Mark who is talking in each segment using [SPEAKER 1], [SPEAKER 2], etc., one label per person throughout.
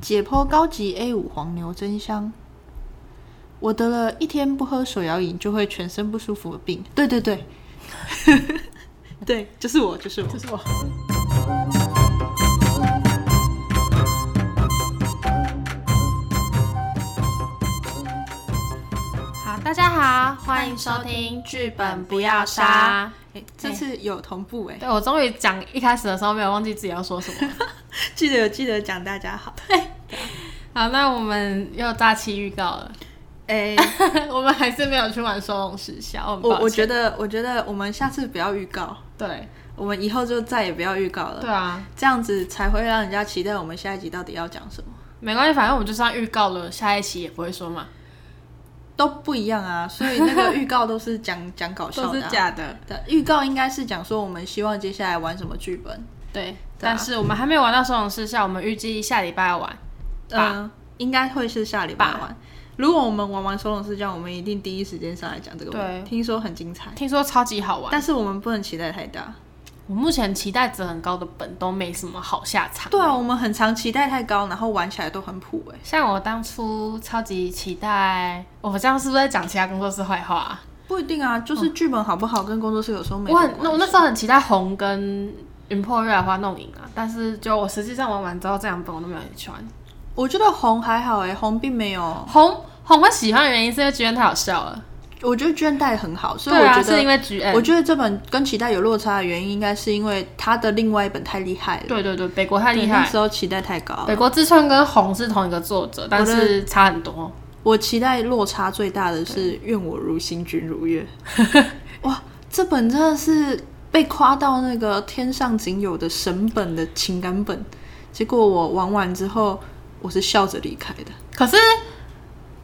[SPEAKER 1] 解剖高级 A 五黄牛真香。我得了一天不喝手摇饮就会全身不舒服的病。对对对， 对，就是我，就是我。
[SPEAKER 2] 就是我。好，大家好，欢迎收听《剧本不要杀》
[SPEAKER 1] 哎，这次有同步哎、
[SPEAKER 2] 对我终于讲一开始的时候没有忘记自己要说什 么。
[SPEAKER 1] 记得有记得讲大家好。
[SPEAKER 2] 好，那我们又假期预告了，
[SPEAKER 1] 哎、
[SPEAKER 2] 我们还是没有去玩收容时效。
[SPEAKER 1] 我我觉
[SPEAKER 2] 得
[SPEAKER 1] 得，我觉得我们下次不要预告，
[SPEAKER 2] 对
[SPEAKER 1] 我们以后就再也不要预告了。
[SPEAKER 2] 对啊，
[SPEAKER 1] 这样子才会让人家期待我们下一集到底要讲什么，
[SPEAKER 2] 没关系，反正我们就算预告了，下一期也不会说嘛，
[SPEAKER 1] 都不一样啊。所以那个预告都是讲讲搞笑的、啊，
[SPEAKER 2] 的。
[SPEAKER 1] 对，预告应该是讲说我们希望接下来玩什么剧本，
[SPEAKER 2] 对，啊但是我们还没有玩到收容时效，我们预计下礼拜要玩。吧
[SPEAKER 1] 嗯，应该会是下礼拜
[SPEAKER 2] 吧
[SPEAKER 1] 玩。如果我们玩完《收容是这样，我们一定第一时间上来讲这个问
[SPEAKER 2] 对
[SPEAKER 1] 题，听说很精彩，
[SPEAKER 2] 听说超级好玩，
[SPEAKER 1] 但是我们不能期待太大。
[SPEAKER 2] 我目前期待值很高的本都没什么好下场。
[SPEAKER 1] 对啊，我们很常期待太高，然后玩起来都很普哎、
[SPEAKER 2] 像我当初超级期待，我这样是不是在讲其他工作室坏话啊、
[SPEAKER 1] 不一定啊，就是剧本好不好跟工作室有时候没
[SPEAKER 2] 我很，那
[SPEAKER 1] 关
[SPEAKER 2] 我那
[SPEAKER 1] 系
[SPEAKER 2] 时候很期待红跟云破月来花弄影啊，但是就我实际上玩完之后，这两本我都没有很喜欢。
[SPEAKER 1] 我觉得红还好哎、红并没有，
[SPEAKER 2] 哦红红会喜欢的原因是因为菊恩太好笑啊了，
[SPEAKER 1] 我觉得倦怠很好，所以我
[SPEAKER 2] 对啊，
[SPEAKER 1] 觉
[SPEAKER 2] 是
[SPEAKER 1] 得、
[SPEAKER 2] 因为菊恩
[SPEAKER 1] 我，觉得这本跟期待有落差的原因，应该是因为它的另外一本太厉害了，
[SPEAKER 2] 对对对，北国太
[SPEAKER 1] 对
[SPEAKER 2] 厉
[SPEAKER 1] 那
[SPEAKER 2] 害。
[SPEAKER 1] 时候期待太高了。
[SPEAKER 2] 北国之春跟红是同一个作者，但是差很多。
[SPEAKER 1] 我期待落差最大的是“愿我如星君如月” 。哇，这本真的是被夸到那个天上仅有的神本的情感本。结果我玩完之后，我是笑着离开的。
[SPEAKER 2] 可是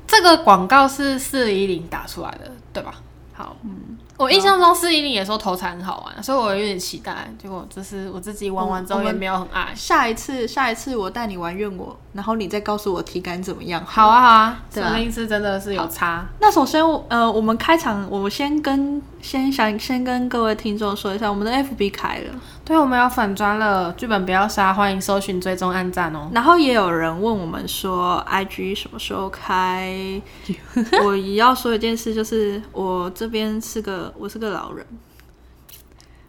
[SPEAKER 2] 这个广告是四一零打出来的，对吧？好，嗯，我印象中四一零也说投产很好啊玩，所以我有点期待。结果就是我自己玩完之后
[SPEAKER 1] 我
[SPEAKER 2] 也
[SPEAKER 1] 们
[SPEAKER 2] 没有很爱。
[SPEAKER 1] 下一次，下一次我带你玩“愿我”，然后你再告诉我体感怎么样。
[SPEAKER 2] 好啊好啊，
[SPEAKER 1] 对
[SPEAKER 2] 说
[SPEAKER 1] 啊
[SPEAKER 2] 不定是真的是有差。
[SPEAKER 1] 那首先，呃，我们开场，我先跟先想先跟各位听众说一下，我们的 FB 开了，
[SPEAKER 2] 对，我们有粉砖了，剧本不要杀，欢迎搜寻、追踪、按赞哦。
[SPEAKER 1] 然后也有人问我们说，IG 什么时候开？我也要说一件事，就是我这边是个我是个老人，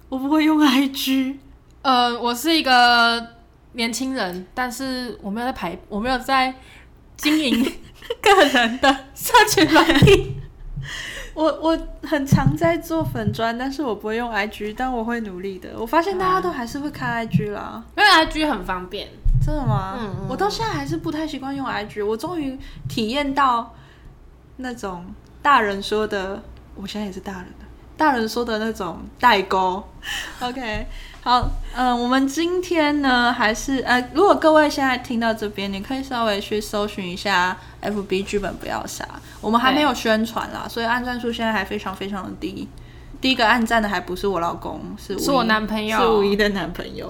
[SPEAKER 1] 我不会用 IG。
[SPEAKER 2] 呃，我是一个年轻人，但是我没有在排，我没有在经营 个人的社群软体。
[SPEAKER 1] 我我很常在做粉砖，但是我不会用 IG，但我会努力的。我发现大家都还是会开 IG 啦，
[SPEAKER 2] 因为 IG 很方便，
[SPEAKER 1] 真的吗？
[SPEAKER 2] 嗯嗯
[SPEAKER 1] 我到现在还是不太习惯用 IG，我终于体验到那种大人说的，我现在也是大人了，大人说的那种代沟。OK，好，嗯、我们今天呢，还是呃，如果各位现在听到这边，你可以稍微去搜寻一下 FB 剧本不要杀，我们还没有宣传啦，所以按赞数现在还非常非常的低。第一个按赞的还不是我老公，是
[SPEAKER 2] 是
[SPEAKER 1] 五一
[SPEAKER 2] 我男朋友
[SPEAKER 1] 是五一的男朋友，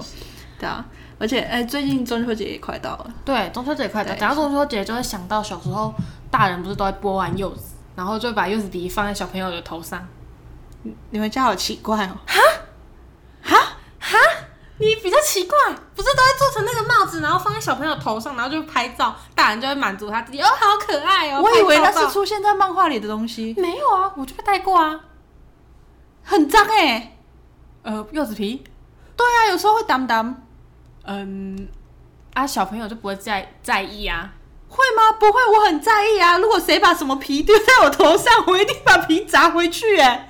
[SPEAKER 1] 对啊。而且，哎、最近中秋节也快到了，
[SPEAKER 2] 对，中秋节快到，
[SPEAKER 1] 对
[SPEAKER 2] 讲到中秋节就会想到小时候大人不是都会剥完柚子，然后就把柚子皮放在小朋友的头上。
[SPEAKER 1] 你们家好奇怪哦。
[SPEAKER 2] 你比较奇怪，不是都会做成那个帽子，然后放在小朋友头上，然后就拍照，大人就会满足他自己，哦，好可爱哦。
[SPEAKER 1] 我以为那
[SPEAKER 2] 拍照
[SPEAKER 1] 是
[SPEAKER 2] 吧
[SPEAKER 1] 出现在漫画里的东西，
[SPEAKER 2] 没有啊，我就被带过啊。
[SPEAKER 1] 很脏哎、
[SPEAKER 2] 呃，柚子皮，
[SPEAKER 1] 对啊，有时候会挡挡，
[SPEAKER 2] 嗯，啊，小朋友就不会在在意啊。
[SPEAKER 1] 会吗？不会，我很在意啊。如果谁把什么皮丢在我头上，我一定把皮砸回去哎、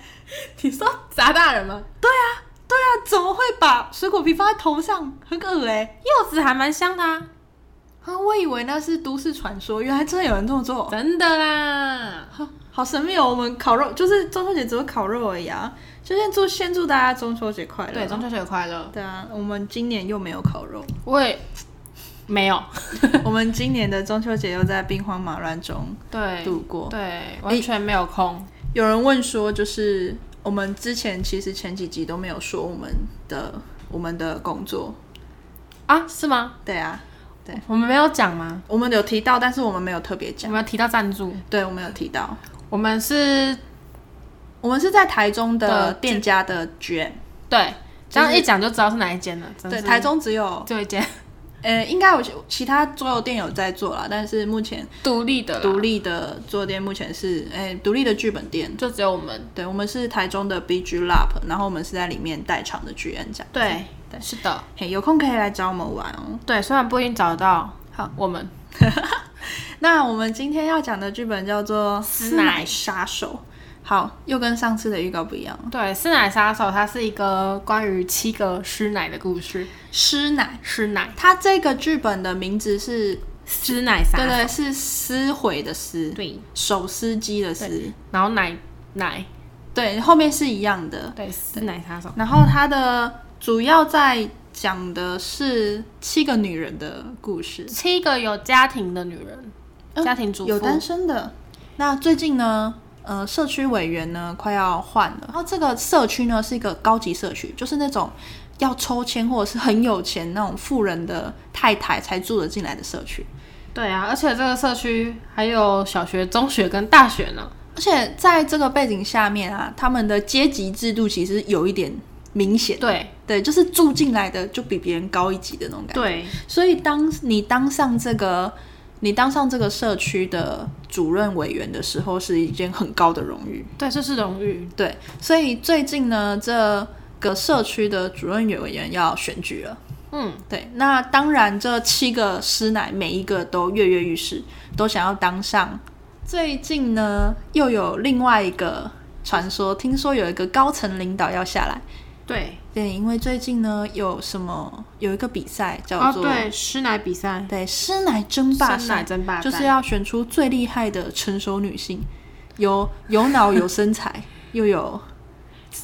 [SPEAKER 2] 你说砸大人吗？
[SPEAKER 1] 对啊，对啊，怎么会把水果皮放在头上？很恶哎、
[SPEAKER 2] 柚子还蛮香的啊，
[SPEAKER 1] 啊，我以为那是都市传说，原来真的有人这么做，
[SPEAKER 2] 真的啦。
[SPEAKER 1] 啊好神秘哦。我们烤肉就是中秋节只会烤肉而已啊，就先祝先祝大家中秋节快乐。啊
[SPEAKER 2] 对，中秋节快乐。
[SPEAKER 1] 对啊，我们今年又没有烤肉。
[SPEAKER 2] 我也没有，
[SPEAKER 1] 我们今年的中秋节又在兵荒马乱中
[SPEAKER 2] 对，
[SPEAKER 1] 度过。
[SPEAKER 2] 对，完全没有空。
[SPEAKER 1] 有人问说，就是我们之前其实前几集都没有说我们的我们的工作，
[SPEAKER 2] 啊，是吗？
[SPEAKER 1] 对啊，
[SPEAKER 2] 我们没有讲吗？
[SPEAKER 1] 我们有提到，但是我们没有特别
[SPEAKER 2] 我
[SPEAKER 1] 讲。
[SPEAKER 2] 们有提到赞助，
[SPEAKER 1] 对，我们有提到，
[SPEAKER 2] 我们是
[SPEAKER 1] 我们是在台中的
[SPEAKER 2] 的
[SPEAKER 1] 店家的 GM，
[SPEAKER 2] 对，
[SPEAKER 1] 就
[SPEAKER 2] 这
[SPEAKER 1] 是
[SPEAKER 2] 样一讲就知道是哪一间了。真
[SPEAKER 1] 对，
[SPEAKER 2] 是
[SPEAKER 1] 台中只有
[SPEAKER 2] 就一间，
[SPEAKER 1] 呃，应该有其他桌游店有在做啦，但是目前
[SPEAKER 2] 独立的啦，
[SPEAKER 1] 独立的桌游店目前是，哎，独立的剧本店。
[SPEAKER 2] 就只有我们。
[SPEAKER 1] 对，我们是台中的 BG Lab，然后我们是在里面代场的剧院这样。
[SPEAKER 2] 对，是的，
[SPEAKER 1] 嘿，有空可以来找我们玩哦。
[SPEAKER 2] 对，虽然不一定找得到好我们，
[SPEAKER 1] 那我们今天要讲的剧本叫做《
[SPEAKER 2] 斯乃
[SPEAKER 1] 杀手》。好，又跟上次的预告不一样了。
[SPEAKER 2] 对，师奶杀手它是一个关于七个师奶的故事，
[SPEAKER 1] 师奶，
[SPEAKER 2] 师奶，
[SPEAKER 1] 它这个剧本的名字是，
[SPEAKER 2] 师奶杀
[SPEAKER 1] 对对，是撕毁的撕，
[SPEAKER 2] 对，
[SPEAKER 1] 手撕鸡的撕，
[SPEAKER 2] 然后奶奶，
[SPEAKER 1] 对，后面是一样的。
[SPEAKER 2] 对，师奶杀手，
[SPEAKER 1] 然后它的主要在讲的是七个女人的故事，
[SPEAKER 2] 七个有家庭的女人，家庭主妇，
[SPEAKER 1] 有单身的。那最近呢，呃，社区委员呢快要换了，然后这个社区呢是一个高级社区，就是那种要抽签或者是很有钱那种富人的太太才住得进来的社区。
[SPEAKER 2] 对啊，而且这个社区还有小学、中学跟大学呢。
[SPEAKER 1] 而且在这个背景下面啊，他们的阶级制度其实有一点明显，
[SPEAKER 2] 对
[SPEAKER 1] 对，就是住进来的就比别人高一级的那种感觉。
[SPEAKER 2] 对，
[SPEAKER 1] 所以当你当上这个，你当上这个社区的主任委员的时候，是一件很高的荣誉。
[SPEAKER 2] 对，这是荣誉。
[SPEAKER 1] 对，所以最近呢，这个社区的主任委员要选举了。
[SPEAKER 2] 嗯，
[SPEAKER 1] 对，那当然，这七个师奶每一个都跃跃欲试，都想要当上。最近呢，又有另外一个传说，听说有一个高层领导要下来。
[SPEAKER 2] 对。
[SPEAKER 1] 对，因为最近呢，有什么有一个比赛叫
[SPEAKER 2] 哦，
[SPEAKER 1] 做、
[SPEAKER 2] 对，师奶比赛，
[SPEAKER 1] 对师奶争霸
[SPEAKER 2] 师
[SPEAKER 1] 赛
[SPEAKER 2] 奶，争霸赛
[SPEAKER 1] 就是要选出最厉害的成熟女性，有有脑有身材， 又有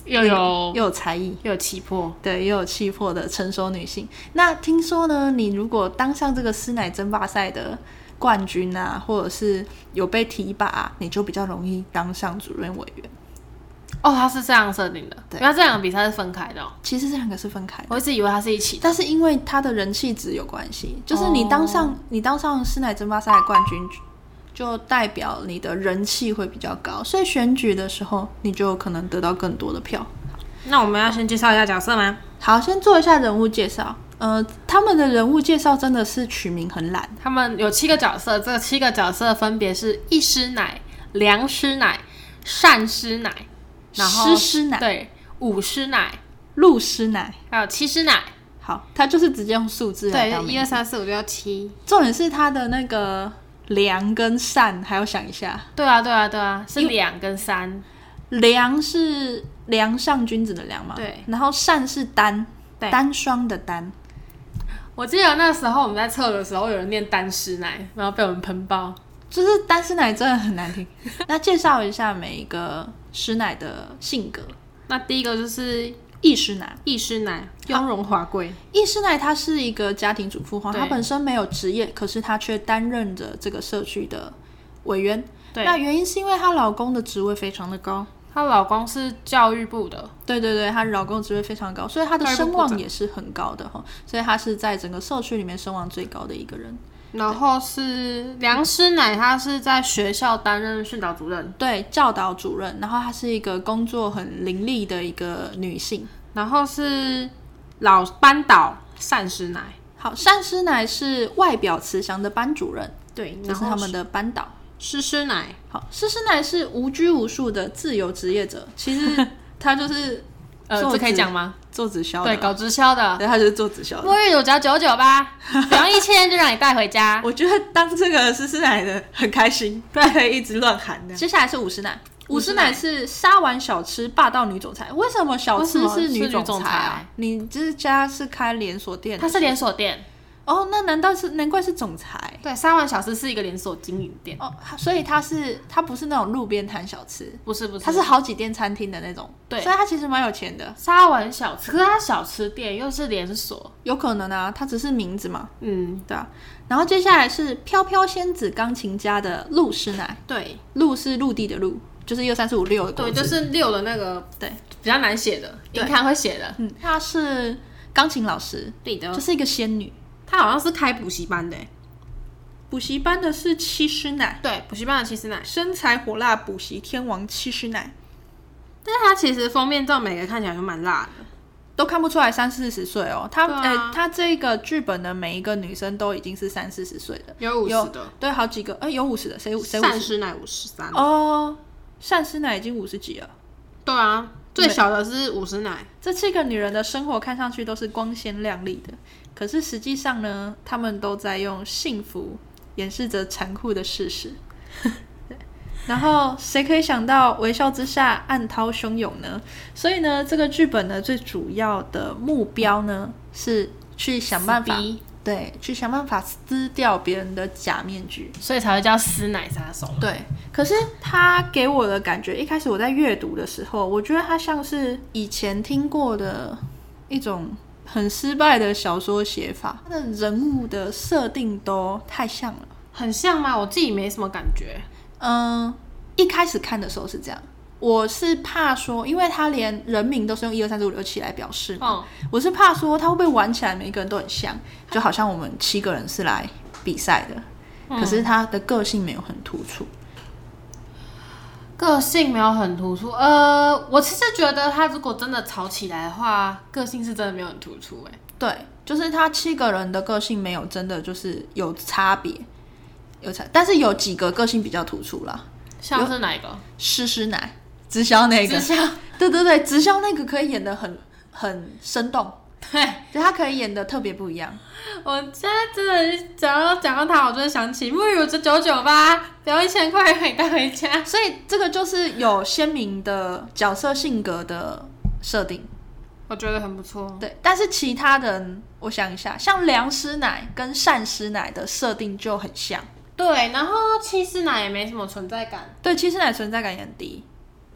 [SPEAKER 2] 又有
[SPEAKER 1] 又有才艺，
[SPEAKER 2] 又有气魄，
[SPEAKER 1] 对，又有气魄的成熟女性。那听说呢，你如果当上这个师奶争霸赛的冠军啊，或者是有被提拔、啊你就比较容易当上主任委员。
[SPEAKER 2] 哦，它是这样设定的。
[SPEAKER 1] 对
[SPEAKER 2] 原来这两个比赛是分开的、哦，
[SPEAKER 1] 其实这两个是分开的。
[SPEAKER 2] 我一直以为它是一起的。
[SPEAKER 1] 但是因为他的人气值有关系，就是你当上、你当上师奶争霸赛的冠军，就代表你的人气会比较高，所以选举的时候你就有可能得到更多的票。
[SPEAKER 2] 那我们要先介绍一下角色吗？
[SPEAKER 1] 好，先做一下人物介绍。呃，他们的人物介绍真的是取名很懒，
[SPEAKER 2] 他们有七个角色，这七个角色分别是一师奶、良师奶、善师奶，然后
[SPEAKER 1] 湿师奶、
[SPEAKER 2] 对五师奶，
[SPEAKER 1] 露师奶。
[SPEAKER 2] 还有七师奶。
[SPEAKER 1] 好，他就是直接用数字来
[SPEAKER 2] 对
[SPEAKER 1] 当，名
[SPEAKER 2] 一二三四五六七。
[SPEAKER 1] 重点是他的那个良跟善，还要想一下，
[SPEAKER 2] 对啊，对啊，对啊，是两跟三，
[SPEAKER 1] 良是良上君子的良嘛？
[SPEAKER 2] 对。
[SPEAKER 1] 然后善是单，
[SPEAKER 2] 对
[SPEAKER 1] 单双的单。
[SPEAKER 2] 我记得那时候我们在测的时候，有人念单师奶，然后被我们喷爆。
[SPEAKER 1] 就是单师奶真的很难 听。那介绍一下每一个师奶的性格。
[SPEAKER 2] 那第一个就是
[SPEAKER 1] 易师奶，
[SPEAKER 2] 易师奶，雍容华贵，
[SPEAKER 1] 易师奶她是一个家庭主妇哈，
[SPEAKER 2] 对
[SPEAKER 1] 她本身没有职业，可是她却担任着这个社区的委员。
[SPEAKER 2] 对
[SPEAKER 1] 那原因是因为她老公的职位非常的高，
[SPEAKER 2] 她老公是教育部的，
[SPEAKER 1] 对对对，她老公职位非常高，所以她的
[SPEAKER 2] 教育部
[SPEAKER 1] 声
[SPEAKER 2] 部
[SPEAKER 1] 望也是很高的哈，所以她是在整个社区里面声望最高的一个人。
[SPEAKER 2] 然后是梁师奶，她是在学校担任训导主任，
[SPEAKER 1] 呃对，教导主任，然后她是一个工作很伶俐的一个女性。
[SPEAKER 2] 然后是老班导善师奶，
[SPEAKER 1] 好，善师奶是外表慈祥的班主任，
[SPEAKER 2] 对
[SPEAKER 1] 这
[SPEAKER 2] 然
[SPEAKER 1] 是
[SPEAKER 2] 后
[SPEAKER 1] 他们的班导。
[SPEAKER 2] 师师奶，
[SPEAKER 1] 好，师师奶是无拘无束的自由职业者，其 实她就是
[SPEAKER 2] 呃，
[SPEAKER 1] 做
[SPEAKER 2] 这可以
[SPEAKER 1] 直
[SPEAKER 2] 讲吗？
[SPEAKER 1] 做直销的
[SPEAKER 2] 对，
[SPEAKER 1] 啦，
[SPEAKER 2] 搞直销的，
[SPEAKER 1] 对，她就是做直销的。
[SPEAKER 2] 沐浴乳只要九九八，只要一千就让你带回 家。
[SPEAKER 1] 我觉得当这个师师奶的很开心， 对，可以一直乱喊的。接下来是五师奶，五师奶是杀完小吃霸道女总裁。为什么小吃
[SPEAKER 2] 为什么
[SPEAKER 1] 是
[SPEAKER 2] 是女
[SPEAKER 1] 总
[SPEAKER 2] 总
[SPEAKER 1] 裁啊
[SPEAKER 2] 裁？
[SPEAKER 1] 你这家是开连锁店的，
[SPEAKER 2] 它是连锁店，
[SPEAKER 1] 哦，那难道是难怪是总裁？
[SPEAKER 2] 对，三万小时是一个连锁经营店，
[SPEAKER 1] 哦，所以他是他不是那种路边摊小吃，
[SPEAKER 2] 不是不是，
[SPEAKER 1] 他是好几间餐厅的那种，
[SPEAKER 2] 对
[SPEAKER 1] 所以他其实蛮有钱的，
[SPEAKER 2] 沙丸小吃，可是它小吃店又是连锁，
[SPEAKER 1] 有可能啊，他只是名字嘛，
[SPEAKER 2] 嗯，
[SPEAKER 1] 对啊。然后接下来是飘飘仙子钢琴家的陆师奶，
[SPEAKER 2] 对
[SPEAKER 1] 陆是陆地的陆，就是一二三四五六的国
[SPEAKER 2] 对，
[SPEAKER 1] 字，
[SPEAKER 2] 就是六的那个
[SPEAKER 1] 对，
[SPEAKER 2] 比较难写的，
[SPEAKER 1] 对
[SPEAKER 2] 银行会写的，
[SPEAKER 1] 嗯，她是钢琴老师，
[SPEAKER 2] 对的
[SPEAKER 1] 就
[SPEAKER 2] 就是
[SPEAKER 1] 是一个仙女。
[SPEAKER 2] 他好像是开补习班的，
[SPEAKER 1] 补习班的是七师奶，
[SPEAKER 2] 对，补习班的其实奶，
[SPEAKER 1] 身材火辣补习天王七师奶，
[SPEAKER 2] 但是它其实封面照每个看起来就蛮辣的，
[SPEAKER 1] 都看不出来三四十岁哦。他
[SPEAKER 2] 对
[SPEAKER 1] 呃、
[SPEAKER 2] 啊
[SPEAKER 1] 他这个剧本的每一个女生都已经是三四十岁的，
[SPEAKER 3] 有五
[SPEAKER 1] 有
[SPEAKER 3] 十的，
[SPEAKER 1] 对，好几个，哎、有五十的，谁谁五
[SPEAKER 3] 善
[SPEAKER 1] 十？
[SPEAKER 3] 师奶五十
[SPEAKER 2] 啊
[SPEAKER 3] 三。
[SPEAKER 1] 哦，善师奶已经五十几了。
[SPEAKER 3] 对啊，最小的是五十奶，
[SPEAKER 1] 这七个女人的生活看上去都是光鲜亮丽的，可是实际上呢，她们都在用幸福掩饰着残酷的事实。 然后谁可以想到微笑之下暗涛汹涌呢？所以呢，这个剧本呢，最主要的目标呢是去想办法
[SPEAKER 2] 撕逼，
[SPEAKER 1] 对，去想办法撕掉别人的假面具。
[SPEAKER 2] 所以才会叫师奶杀手嘛。
[SPEAKER 1] 对，可是他给我的感觉，一开始我在阅读的时候，我觉得它像是以前听过的一种很失败的小说写法，它的人物的设定都太像了。
[SPEAKER 3] 很像吗？我自己没什么感觉。
[SPEAKER 1] 嗯，一开始看的时候是这样，我是怕说，因为他连人名都是用一二三四五六七来表示嘛，
[SPEAKER 2] 嗯，
[SPEAKER 1] 我是怕说他会不会玩起来每一个人都很像，就好像我们七个人是来比赛
[SPEAKER 2] 嗯
[SPEAKER 1] 的，可是他的个性没有很突出。
[SPEAKER 2] 个性没有很突出。呃，我其实觉得他如果真的吵起来的话，个性是真的没有很突出、欸。哎，
[SPEAKER 1] 对，就是他七个人的个性没有真的就是有差别，有差，但是有几个个性比较突出啦。
[SPEAKER 2] 像是哪一个？
[SPEAKER 1] 诗诗奶、直销那个
[SPEAKER 2] 直，销。
[SPEAKER 1] 对对对，直销那个可以演的很很生动，
[SPEAKER 2] 对，
[SPEAKER 1] 就他可以演的特别不一样。
[SPEAKER 2] 我现在真的是只要讲到他，我就会想起沐浴乳只九九八，只要一千块可以带回家。
[SPEAKER 1] 所以这个就是有鲜明的角色性格的设定。
[SPEAKER 2] 我觉得很不错。
[SPEAKER 1] 对，但是其他人，我想一下，像良师奶跟善师奶的设定就很像。
[SPEAKER 2] 对，然后七师奶也没什么存在感。
[SPEAKER 1] 对，其实奶存在感也很低，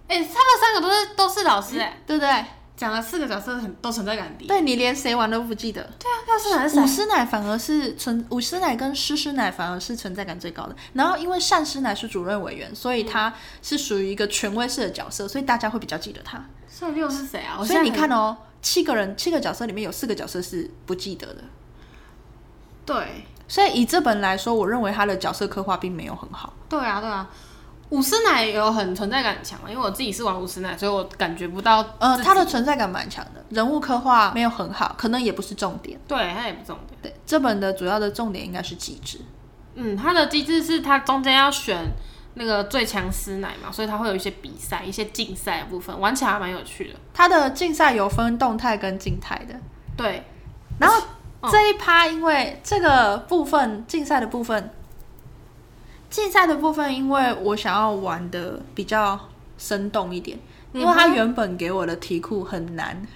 [SPEAKER 2] 哎、他们三个都是都是老师哎、
[SPEAKER 1] 对不对？
[SPEAKER 2] 讲了四个角色很都存在感低。
[SPEAKER 1] 对你连谁玩都不记得。
[SPEAKER 2] 对啊，要是男
[SPEAKER 1] 五师奶反而是存五师奶跟师师奶反而是存在感最高的。然后因为善师奶是主任委员，所以他是属于一个权威式的角色，所以大家会比较记得他。
[SPEAKER 2] 所以六是谁啊？我
[SPEAKER 1] 所以
[SPEAKER 2] 现在
[SPEAKER 1] 你看
[SPEAKER 2] 很
[SPEAKER 1] 哦，七个人七个角色里面有四个角色是不记得的。
[SPEAKER 3] 对，
[SPEAKER 1] 所以以这本来说，我认为他的角色刻画并没有很好。
[SPEAKER 2] 对啊，对啊，五师奶也有很存在感很强，因为我自己是玩五师奶，所以我感觉不到自己。
[SPEAKER 1] 呃，他的存在感蛮强的，人物刻画没有很好，可能也不是重点。
[SPEAKER 2] 对他也不重点。
[SPEAKER 1] 对，这本的主要的重点应该是机制。
[SPEAKER 2] 嗯，他的机制是他中间要选那个最强师奶嘛，所以他会有一些比赛、一些竞赛的部分，玩起来还蛮有趣的。
[SPEAKER 1] 它的竞赛有分动态跟静态的，
[SPEAKER 2] 对，
[SPEAKER 1] 然后
[SPEAKER 2] 嗯
[SPEAKER 1] 这一趴，因为这个部分竞赛的部分，竞赛的部分，因为我想要玩的比较生动一点，
[SPEAKER 2] 嗯
[SPEAKER 1] 因为它原本给我的题库很难，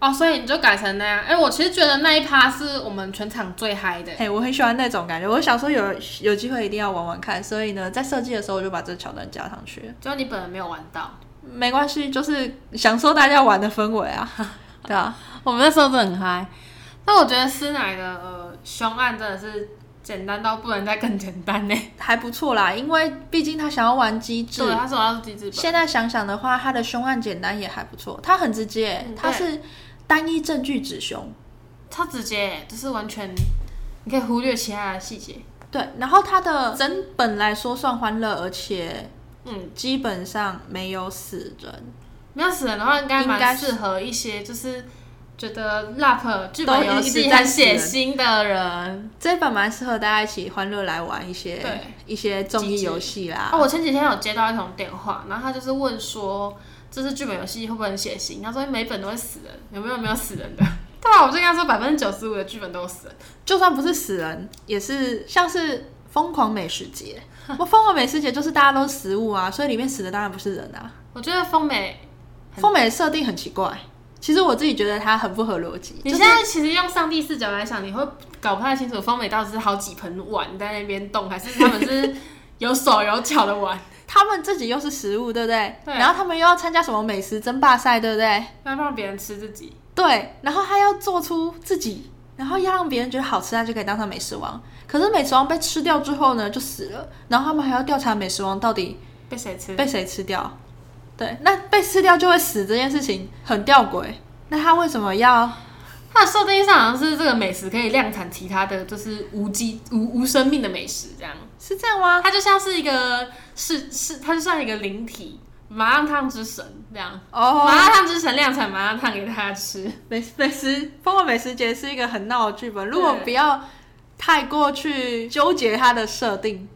[SPEAKER 2] 哦，所以你就改成那样。哎、我其实觉得那一趴是我们全场最嗨的。
[SPEAKER 1] 哎、我很喜欢那种感觉。我小时候有有机会一定要玩玩看，所以呢，在设计的时候我就把这桥段加上去了。
[SPEAKER 2] 只有你本人没有玩到，
[SPEAKER 1] 没关系，就是享受大家玩的氛围啊， 对啊，
[SPEAKER 2] 我们那时候真的很嗨。但我觉得师奶的呃凶案真的是简单到不能再更简单呢。
[SPEAKER 1] 还不错啦，因为毕竟他想要玩机制，
[SPEAKER 2] 对，他说他是机制本。
[SPEAKER 1] 现在想想的话，他的凶案简单也还不错，他很直接
[SPEAKER 2] 嗯，
[SPEAKER 1] 他是单一证据指凶。
[SPEAKER 2] 超直接，就是完全你可以忽略其他的细节。
[SPEAKER 1] 对，然后他的整本来说算欢乐，而且
[SPEAKER 2] 嗯，
[SPEAKER 1] 基本上没有死人，
[SPEAKER 2] 没有死人的话，应该
[SPEAKER 1] 应该
[SPEAKER 2] 蛮
[SPEAKER 1] 是
[SPEAKER 2] 适合一些就是觉得 rap 剧
[SPEAKER 1] 都
[SPEAKER 2] 本游
[SPEAKER 1] 一直
[SPEAKER 2] 戏
[SPEAKER 1] 在
[SPEAKER 2] 很
[SPEAKER 1] 死人
[SPEAKER 2] 血腥的人。
[SPEAKER 1] 这一本蛮适合大家一起欢乐来玩一些
[SPEAKER 2] 对
[SPEAKER 1] 一些综艺游戏啦。
[SPEAKER 2] 啊，我前几天有接到一通电话，然后他就是问说，这是剧本游戏会不会很血腥？他说每本都会死人，有没有没有死 人的？对啊，我就跟他说百分之九十五的剧本都有死人。
[SPEAKER 1] 就算不是死人，也是像是疯狂美食节。我疯狂美食节就是大家都是食物啊，所以里面死的当然不是人啊。
[SPEAKER 2] 我觉得风美，
[SPEAKER 1] 风美的设定很奇怪，其实我自己觉得它很不合逻辑。
[SPEAKER 2] 你
[SPEAKER 1] 就
[SPEAKER 2] 现
[SPEAKER 1] 是
[SPEAKER 2] 在其实用上帝视角来想，你会搞不太清楚风美到底是好几盆碗在那边动，还是他们是有手有脚的碗。
[SPEAKER 1] 他们自己又是食物，对不对？
[SPEAKER 2] 对
[SPEAKER 1] 然后他们又要参加什么美食争霸赛，对不对？
[SPEAKER 2] 要让别人吃自己。
[SPEAKER 1] 对，然后他要做出自己，然后要让别人觉得好吃，他就可以当上美食王。可是美食王被吃掉之后呢，就死了。然后他们还要调查美食王到底
[SPEAKER 2] 被谁吃？
[SPEAKER 1] 被谁吃掉。对，那被吃掉就会死这件事情很吊诡。那他为什么要？
[SPEAKER 2] 它的设定上好像是这个美食可以量产其他的就是无机无无生命的美食，这样
[SPEAKER 1] 是这样吗？
[SPEAKER 2] 它就像是一个是是它就像一个灵体，麻辣烫之神这样。麻
[SPEAKER 1] 哦，
[SPEAKER 2] 辣烫之神量产麻辣烫给大家吃，
[SPEAKER 1] 美美食疯狂美食节是一个很闹的剧本，如果不要太过去纠结它的设定，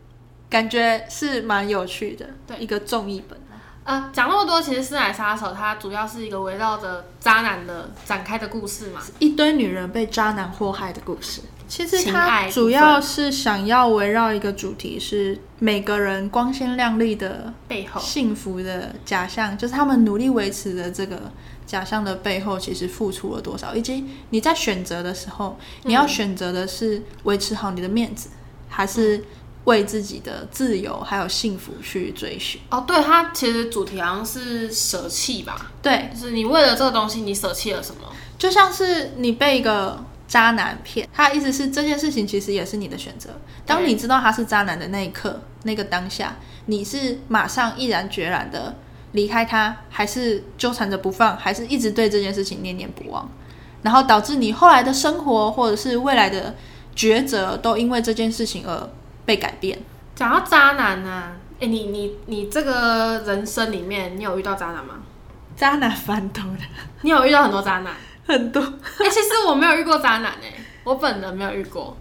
[SPEAKER 1] 感觉是蛮有趣的，
[SPEAKER 2] 对
[SPEAKER 1] 一个综艺本。
[SPEAKER 2] 呃，讲那么多，其实《师奶杀手》它主要是一个围绕着渣男的展开的故事嘛。
[SPEAKER 1] 一堆女人被渣男祸害的故事。其实
[SPEAKER 2] 情
[SPEAKER 1] 它
[SPEAKER 2] 爱
[SPEAKER 1] 主要是想要围绕一个主题，是每个人光鲜亮丽的
[SPEAKER 2] 背后，
[SPEAKER 1] 幸福的假象，就是他们努力维持的这个假象的背后，其实付出了多少，以及你在选择的时候，你要选择的是维持好你的面子，还是为自己的自由还有幸福去追寻？
[SPEAKER 2] 哦，对，它其实主题好像是舍弃吧，
[SPEAKER 1] 对，
[SPEAKER 2] 就是你为了这个东西，你舍弃了什么？
[SPEAKER 1] 就像是你被一个渣男骗，他的意思是这件事情其实也是你的选择。当你知道他是渣男的那一刻，那个当下，你是马上毅然决然的离开他，还是纠缠着不放，还是一直对这件事情念念不忘，然后导致你后来的生活或者是未来的抉择都因为这件事情而被改变。
[SPEAKER 2] 讲到渣男呢、啊，哎、你你你这个人生里面，你有遇到渣男吗？
[SPEAKER 1] 渣男翻头的
[SPEAKER 2] 你有遇到很多渣男？
[SPEAKER 1] 很多，
[SPEAKER 2] 哎、其实我没有遇过渣男哎、我本人没有遇过。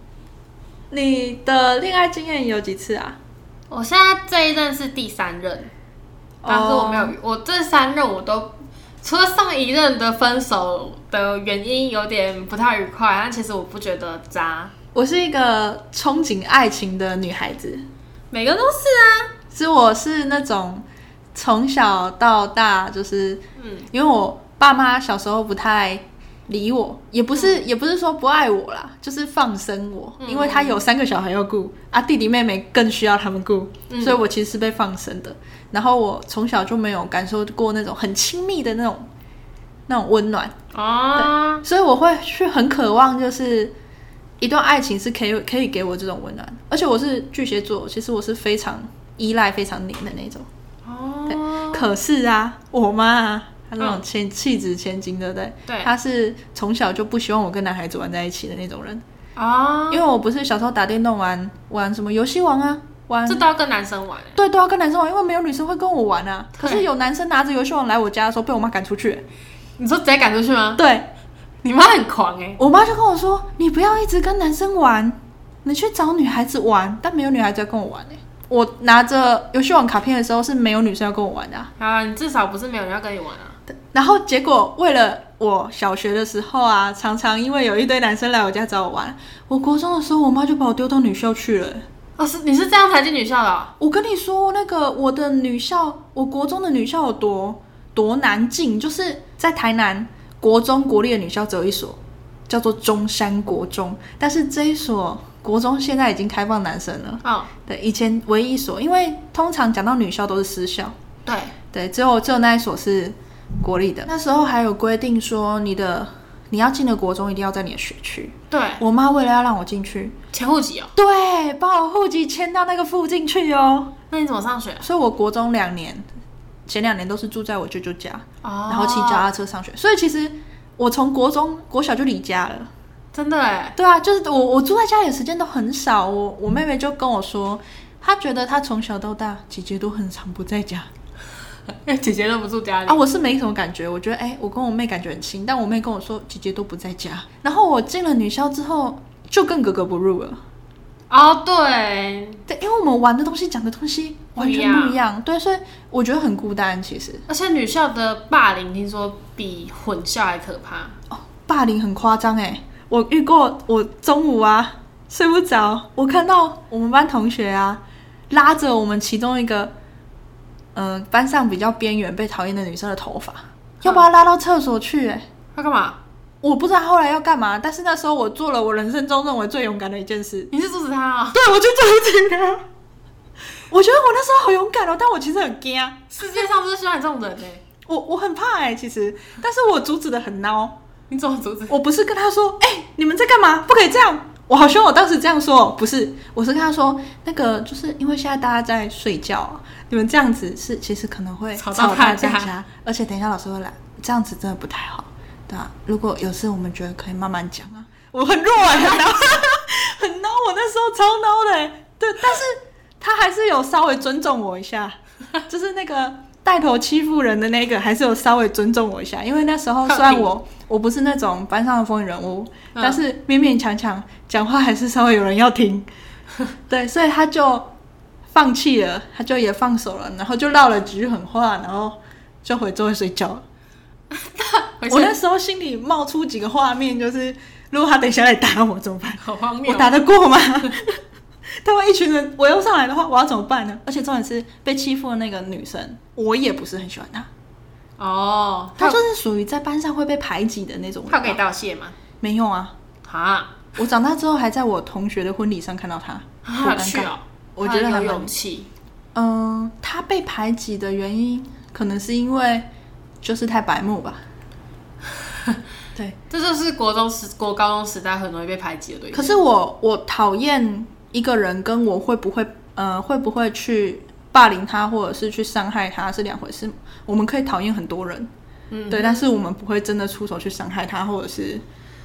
[SPEAKER 1] 你的恋爱经验有几次啊？
[SPEAKER 2] 我现在这一任是第三任，当时我没有
[SPEAKER 1] 哦
[SPEAKER 2] 遇我这三任我都除了上一任的分手的原因有点不太愉快，但其实我不觉得渣，
[SPEAKER 1] 我是一个憧憬爱情的女孩子，
[SPEAKER 2] 每个人都是啊，
[SPEAKER 1] 是我是那种从小到大就是，嗯，因为我爸妈小时候不太理我，也不是、也不是说不爱我啦，就是放生我，因为他有三个小孩要顾啊，弟弟妹妹更需要他们顾，所以我其实是被放生的。然后我从小就没有感受过那种很亲密的那种那种温暖，
[SPEAKER 2] 哦，
[SPEAKER 1] 所以我会去很渴望，就是一段爱情是可以可以给我这种温暖的。而且我是巨蟹座，其实我是非常依赖、非常拧的那种。
[SPEAKER 2] 哦，
[SPEAKER 1] 可是啊，我妈啊，她那种千气质千金，对不对？
[SPEAKER 2] 对
[SPEAKER 1] 她是从小就不希望我跟男孩子玩在一起的那种人，
[SPEAKER 2] 哦，
[SPEAKER 1] 因为我不是小时候打电动玩玩什么游戏王啊，玩
[SPEAKER 2] 这都要跟男生玩欸，
[SPEAKER 1] 对都要跟男生玩，因为没有女生会跟我玩啊。可
[SPEAKER 2] 对
[SPEAKER 1] 是有男生拿着游戏王来我家的时候，被我妈赶出去。
[SPEAKER 2] 你说直接赶出去吗？
[SPEAKER 1] 对，
[SPEAKER 2] 你妈很狂哎、
[SPEAKER 1] 我妈就跟我说：“你不要一直跟男生玩，你去找女孩子玩。”但没有女孩子要跟我玩欸我拿着游戏网卡片的时候是没有女生要跟我玩的啊、
[SPEAKER 2] 啊，你至少不是没有人要跟你玩啊，
[SPEAKER 1] 然后结果为了我小学的时候啊，常常因为有一堆男生来我家找我玩，我国中的时候我妈就把我丢到女校去了欸、
[SPEAKER 2] 哦，是你是这样才进女校的哦、
[SPEAKER 1] 我跟你说，那个我的女校，我国中的女校有多多难进，就是在台南国中国立的女校只有一所，叫做中山国中，但是这一所国中现在已经开放男生了。
[SPEAKER 2] 哦，
[SPEAKER 1] 对，以前唯一一所，因为通常讲到女校都是私校，
[SPEAKER 2] 对，
[SPEAKER 1] 对，只有只有那一所是国立的。那时候还有规定说，你的你要进的国中一定要在你的学区。
[SPEAKER 2] 对，
[SPEAKER 1] 我妈为了要让我进去，
[SPEAKER 2] 前户籍哦，
[SPEAKER 1] 对，把我户籍迁到那个附近去哦。
[SPEAKER 2] 那你怎么上学？
[SPEAKER 1] 所以我国中两年，前两年都是住在我舅舅家，
[SPEAKER 2] 哦，
[SPEAKER 1] 然后骑脚踏车上学。所以其实我从国中国小就离家了。
[SPEAKER 2] 真的哎，
[SPEAKER 1] 对啊，就是我我住在家里的时间都很少。我我妹妹就跟我说，她觉得她从小到大姐姐都很常不在家
[SPEAKER 2] 因 为姐姐都不住家里
[SPEAKER 1] 啊。，我是没什么感觉，我觉得哎、我跟我妹感觉很亲，但我妹跟我说姐姐都不在家。然后我进了女校之后，就更格格不入了。
[SPEAKER 2] 哦，对，
[SPEAKER 1] 对，因为我们玩的东西、讲的东西完全不一样，对，所以我觉得很孤单。其实
[SPEAKER 2] 而且女校的霸凌听说比混校还可怕。
[SPEAKER 1] 哦，霸凌很夸张哎！我遇过，我中午啊睡不着，我看到我们班同学啊拉着我们其中一个，嗯、班上比较边缘被讨厌的女生的头发，要把她拉到厕所去哎、
[SPEAKER 2] 他干嘛？
[SPEAKER 1] 我不知道她后来要干嘛，但是那时候我做了我人生中认为最勇敢的一件事，
[SPEAKER 2] 你是阻止他 啊、
[SPEAKER 1] 对我就这样子。我觉得我那时候好勇敢哦，但我其实很惊，
[SPEAKER 2] 世界上不是需要你这种人哎、
[SPEAKER 1] 我我很怕哎、其实，但是我阻止的很孬。
[SPEAKER 2] 你怎么阻止？
[SPEAKER 1] 我不是跟他说，哎、你们在干嘛？不可以这样。我好希望我当时这样说，不是，我是跟他说，那个就是因为现在大家在睡觉啊，你们这样子是其实可能会
[SPEAKER 2] 吵到
[SPEAKER 1] 到啊大
[SPEAKER 2] 大家
[SPEAKER 1] 而且等一下老师会来，这样子真的不太好，对啊，如果有事，我们觉得可以慢慢讲啊。我很弱哎、很孬，很孬，我那时候超孬的、欸，对，但是他还是有稍微尊重我一下，就是那个带头欺负人的那个，还是有稍微尊重我一下，因为那时候虽然我我不是那种班上的风云人物，
[SPEAKER 2] 嗯
[SPEAKER 1] 但是勉勉强强讲话还是稍微有人要 听，对，所以他就放弃了，他就也放手了，然后就唠了几句狠话，然后就回座位睡觉了。
[SPEAKER 2] 回去
[SPEAKER 1] 我那时候心里冒出几个画面，就是如果他等一下来打我怎么办？
[SPEAKER 2] 好荒谬
[SPEAKER 1] 我。打得过 吗？他们一群人，我又上来的话，我要怎么办呢？而且重点是被欺负的那个女生，我也不是很喜欢她，
[SPEAKER 2] 哦，
[SPEAKER 1] 她就是属于在班上会被排挤的那种人。
[SPEAKER 3] 他有给你道谢吗？
[SPEAKER 1] 没用啊！
[SPEAKER 3] 啊，
[SPEAKER 1] 我长大之后还在我同学的婚礼上看到她，好
[SPEAKER 3] 好
[SPEAKER 1] 尴
[SPEAKER 3] 去
[SPEAKER 1] 尬。
[SPEAKER 3] 哦，
[SPEAKER 1] 啊我觉得
[SPEAKER 3] 啊他
[SPEAKER 1] 还
[SPEAKER 3] 有
[SPEAKER 1] 蛮
[SPEAKER 3] 勇气。
[SPEAKER 1] 嗯，她被排挤的原因可能是因为就是太白目吧。 对，
[SPEAKER 2] 这就是国中时、国高中时代很容易被排挤的对象。
[SPEAKER 1] 可是我我讨厌一个人跟我会不会呃会不会去霸凌他或者是去伤害他是两回事。我们可以讨厌很多人，嗯，对，但是我们不会真的出手去伤害他或者是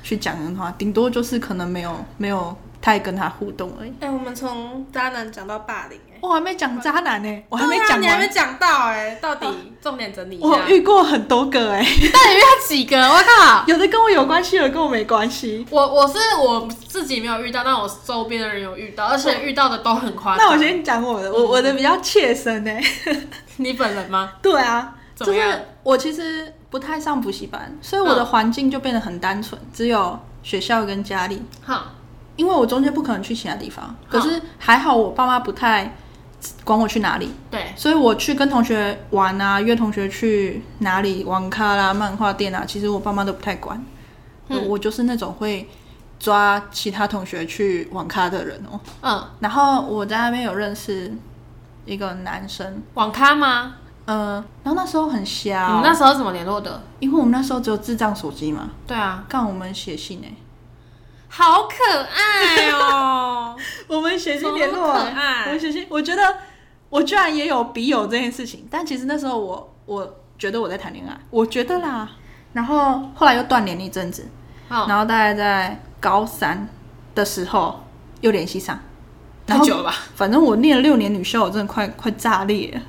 [SPEAKER 1] 去讲人话，顶多就是可能没有没有太跟他互动而已。
[SPEAKER 3] 哎、我们从渣男讲到霸凌、哎，
[SPEAKER 1] 我还没讲渣男呢、我还没
[SPEAKER 3] 对啊
[SPEAKER 1] 讲
[SPEAKER 3] 你还
[SPEAKER 1] 完啊
[SPEAKER 3] 没。讲到哎、到底重点整理一
[SPEAKER 1] 我
[SPEAKER 3] 下。
[SPEAKER 1] 遇过很多个哎、
[SPEAKER 2] 你到底遇到几个？我靠！
[SPEAKER 1] 有的跟我有关系，有的跟我没关系。
[SPEAKER 2] 我我是我自己没有遇到，但我周边的人有遇到，而且遇到的都很夸张。
[SPEAKER 1] 那我先讲我的，我我的比较切身哎、
[SPEAKER 2] 你本 人吗？
[SPEAKER 1] 对啊，
[SPEAKER 2] 怎
[SPEAKER 1] 就
[SPEAKER 2] 么
[SPEAKER 1] 是
[SPEAKER 2] 样
[SPEAKER 1] 我其实不太上补习班，所以我
[SPEAKER 3] 嗯
[SPEAKER 1] 的环境就变得很单纯，只有学校跟家里。
[SPEAKER 2] 哈，
[SPEAKER 1] 因为我中间不可能去其他地方，可
[SPEAKER 3] 嗯
[SPEAKER 1] 是还好我爸妈不太管我去哪里，
[SPEAKER 2] 对，
[SPEAKER 1] 所以我去跟同学玩啊，约同学去哪里玩咖啦、漫画店啊，其实我爸妈都不太管。
[SPEAKER 2] 嗯
[SPEAKER 1] 我就是那种会抓其他同学去网咖的人哦。
[SPEAKER 2] 嗯，
[SPEAKER 1] 然后我在那边有认识一个男生，
[SPEAKER 2] 网咖吗？
[SPEAKER 1] 呃，然后那时候很瞎、
[SPEAKER 2] 你
[SPEAKER 1] 哦
[SPEAKER 2] 们，嗯那时候怎么联络的？
[SPEAKER 1] 因为我们那时候只有智障手机嘛，
[SPEAKER 2] 对啊，
[SPEAKER 1] 干我们写信哎、
[SPEAKER 2] 好可爱 哦、
[SPEAKER 1] 我们写
[SPEAKER 2] 信联络
[SPEAKER 1] 很
[SPEAKER 2] 哎
[SPEAKER 1] 啊我们写信，我觉得我居然也有笔友这件事情，但其实那时候我我觉得我在谈恋爱，我觉得啦，然后后来又断联一阵子，
[SPEAKER 2] 嗯哦
[SPEAKER 1] 然后大概在高三的时候又联系上，
[SPEAKER 2] 太
[SPEAKER 1] 然后
[SPEAKER 2] 久了吧？
[SPEAKER 1] 反正我念了六年女校，我真的快快炸裂了。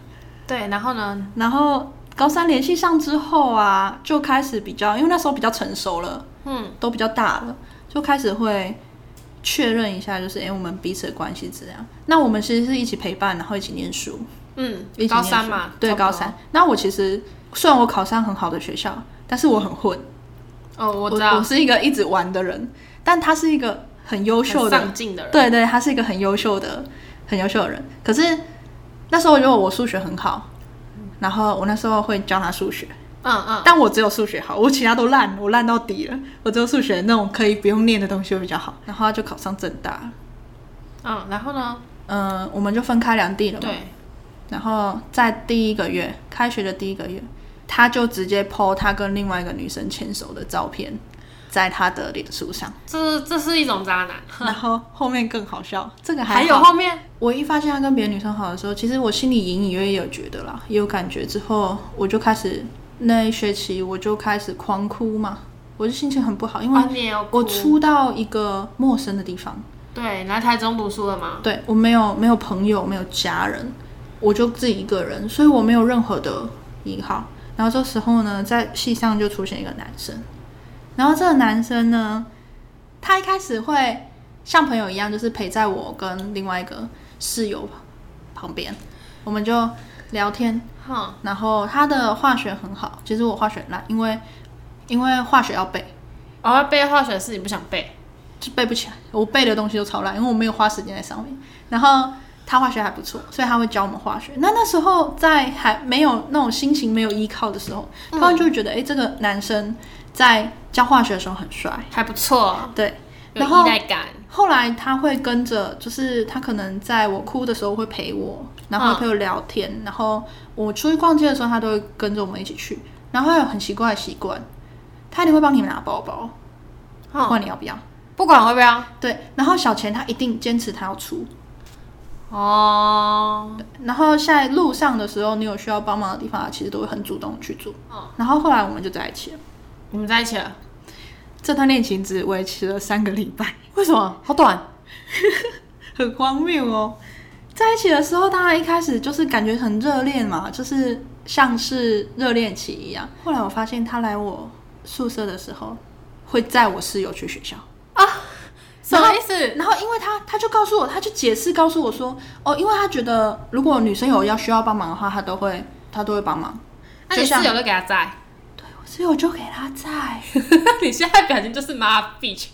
[SPEAKER 2] 对，然后呢？
[SPEAKER 1] 然后高三联系上之后啊，就开始比较，因为那时候比较成熟了，
[SPEAKER 2] 嗯，
[SPEAKER 1] 都比较大了，就开始会确认一下，就是哎、诶我们彼此的关系怎样？那我们其实是一起陪伴，然后一起念书，
[SPEAKER 2] 嗯
[SPEAKER 1] 一，起
[SPEAKER 2] 高
[SPEAKER 1] 念书
[SPEAKER 2] 三嘛，
[SPEAKER 1] 对，
[SPEAKER 2] 差不多
[SPEAKER 1] 高三。。那我其实虽然我考上很好的学校，但是我很混，
[SPEAKER 2] 哦，我
[SPEAKER 1] 我
[SPEAKER 2] 知道，
[SPEAKER 1] 我是一个一直玩的人，但他是一个很优秀
[SPEAKER 2] 很
[SPEAKER 1] 的，
[SPEAKER 2] 上进的人，
[SPEAKER 1] 对对，他是一个很优秀的、很优秀的人。可是那时候因为我数学很好，然后我那时候会教他数学，
[SPEAKER 2] 嗯嗯，
[SPEAKER 1] 但我只有数学好，我其他都烂，我烂到底了。我只有数学那种可以不用念的东西会比较好。然后他就考上正大，
[SPEAKER 2] 嗯，然后呢？
[SPEAKER 1] 嗯、我们就分开两地了嘛。
[SPEAKER 2] 对，
[SPEAKER 1] 然后在第一个月，开学的第一个月，他就直接 PO 他跟另外一个女生牵手的照片，在他的脸书 上。
[SPEAKER 2] 这这是一种渣男，
[SPEAKER 1] 然后后面更好笑，这个还
[SPEAKER 2] 还有
[SPEAKER 1] 好
[SPEAKER 2] 后面，
[SPEAKER 1] 我一发现他跟别的女生好的时候，其实我心里隐隐约约有觉得啦，也有感觉。之后我就开始那一学期我就开始狂哭嘛，我就心情很不好，因为
[SPEAKER 2] 哦你也有哭
[SPEAKER 1] 我出到一个陌生的地方，
[SPEAKER 2] 对，来台中读书了吗？
[SPEAKER 1] 对我没有没有朋友，没有家人，我就自己一个人，所以我没有任何的依靠。然后这时候呢，在戏上就出现一个男生，然后这个男生呢，他一开始会像朋友一样，就是陪在我跟另外一个室友旁边，我们就聊天。
[SPEAKER 2] 哼，
[SPEAKER 1] 然后他的化学很好，其实我化学很烂，因为因为化学要背，
[SPEAKER 2] 哦，要背化学是你不想背，
[SPEAKER 1] 就背不起来，我背的东西都超烂，因为我没有花时间在上面。然后他化学还不错，所以他会教我们化学。那那时候在还没有那种心情没有依靠的时候，突
[SPEAKER 2] 嗯
[SPEAKER 1] 然就会觉得，哎、这个男生在教化学的时候很帅，
[SPEAKER 2] 还不错，
[SPEAKER 1] 对。
[SPEAKER 2] 有
[SPEAKER 1] 然后
[SPEAKER 2] 依赖感，
[SPEAKER 1] 后来他会跟着，就是他可能在我哭的时候会陪我，然
[SPEAKER 2] 嗯
[SPEAKER 1] 后陪我聊天，然后我出去逛街的时候，他都会跟着我们一起去。然后他有很奇怪的习惯，他一定会帮你拿包包，
[SPEAKER 2] 嗯
[SPEAKER 1] 不
[SPEAKER 2] 哼，
[SPEAKER 1] 管你要不要。
[SPEAKER 2] 不管会不啊要，
[SPEAKER 1] 对，然后小钱他一定坚持他要出，
[SPEAKER 2] 哦，
[SPEAKER 1] 然后在路上的时候，你有需要帮忙的地方，他其实都会很主动去做。
[SPEAKER 2] 哦
[SPEAKER 1] 然后后来我们就在一起了，
[SPEAKER 2] 你们在一起了，
[SPEAKER 1] 这段恋情只维持了三个礼拜，
[SPEAKER 2] 为什么？好短，
[SPEAKER 1] 很荒谬哦。在一起的时候，当然一开始就是感觉很热恋嘛，就是像是热恋期一样。后来我发现他来我宿舍的时候，会载我室友去学校。
[SPEAKER 2] 什么意思？
[SPEAKER 1] 然后因为他他就告诉我，他就解释告诉我说，哦，因为他觉得如果女生有要需要帮忙的话，他都会他都会帮忙。
[SPEAKER 2] 那你
[SPEAKER 1] 就
[SPEAKER 2] 室
[SPEAKER 1] 像
[SPEAKER 2] 友就给 他载，
[SPEAKER 1] 所以我就给他载，
[SPEAKER 2] 你现在表情就是妈 bitch，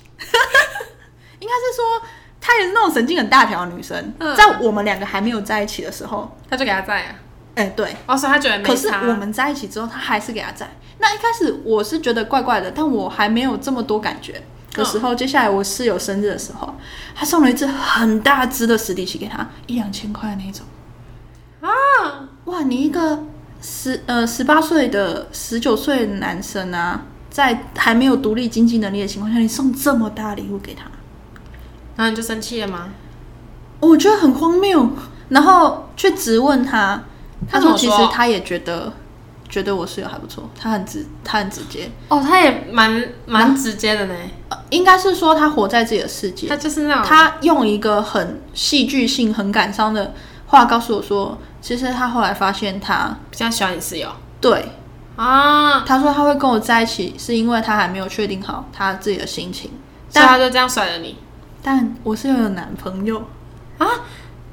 [SPEAKER 1] 应该是说她也是那种神经很大条的女生，
[SPEAKER 2] 嗯
[SPEAKER 1] 在我们两个还没有在一起的时候，
[SPEAKER 2] 他就给他载啊。
[SPEAKER 1] 哎、对。
[SPEAKER 2] 哦，所以他觉得没
[SPEAKER 1] 可是
[SPEAKER 2] 差。
[SPEAKER 1] 我们在一起之后，她还是给他载。那一开始我是觉得怪怪的，但我还没有这么多感觉的时
[SPEAKER 2] 嗯
[SPEAKER 1] 候，接下来我室友生日的时候，他送了一只很大只的史迪奇给他，一两千块的那种。
[SPEAKER 3] 啊，
[SPEAKER 1] 哇，你一个十呃十八岁的十九岁的男生啊，在还没有独立经济能力的情况下，你送这么大礼物给他，
[SPEAKER 2] 然后你就生气了吗？
[SPEAKER 1] 哦我觉得很荒谬。然后去质问他，他
[SPEAKER 2] 他怎
[SPEAKER 1] 说
[SPEAKER 2] 么
[SPEAKER 1] 其
[SPEAKER 2] 说
[SPEAKER 1] 实他也觉得觉得我室友还不错，他很直，他很直接，
[SPEAKER 2] 哦，他也蛮蛮直接的呢，
[SPEAKER 1] 呃应该是说他活在自己的世界
[SPEAKER 2] 他，就是那种
[SPEAKER 1] 他用一个很戏剧性、很感伤的话告诉我说，其实他后来发现他
[SPEAKER 2] 比较喜欢你室友
[SPEAKER 1] 对
[SPEAKER 2] 啊，
[SPEAKER 1] 他说他会跟我在一起，是因为他还没有确定好他自己的心情。
[SPEAKER 2] 所以
[SPEAKER 1] 但
[SPEAKER 2] 他就这样甩了你
[SPEAKER 1] 但我是有男朋友，
[SPEAKER 2] 啊。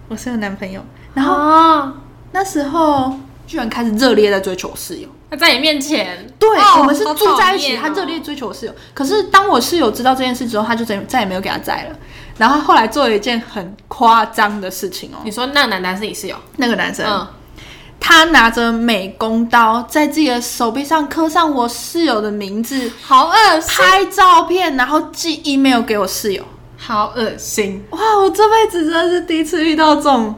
[SPEAKER 1] 我是有男朋友。然
[SPEAKER 2] 然
[SPEAKER 1] 后
[SPEAKER 2] 后
[SPEAKER 1] 那时候居然开始热烈的追求室友。
[SPEAKER 2] 他在你面前，
[SPEAKER 1] 对，
[SPEAKER 2] 哦
[SPEAKER 1] 我们是住在一起，
[SPEAKER 2] 好讨厌哦
[SPEAKER 1] 他热烈追求室友。可是当我室友知道这件事之后，他就再再也没有给他载了。然后他后来做了一件很夸张的事情哦，
[SPEAKER 2] 你说那个男的还是你室友？
[SPEAKER 1] 那个男生、
[SPEAKER 2] 嗯，
[SPEAKER 1] 他拿着美工刀在自己的手臂上刻上我室友的名字，
[SPEAKER 2] 好恶心，
[SPEAKER 1] 拍照片，然后寄 email 给我室友。
[SPEAKER 2] 好恶心！
[SPEAKER 1] 哇，我这辈子真的是第一次遇到这种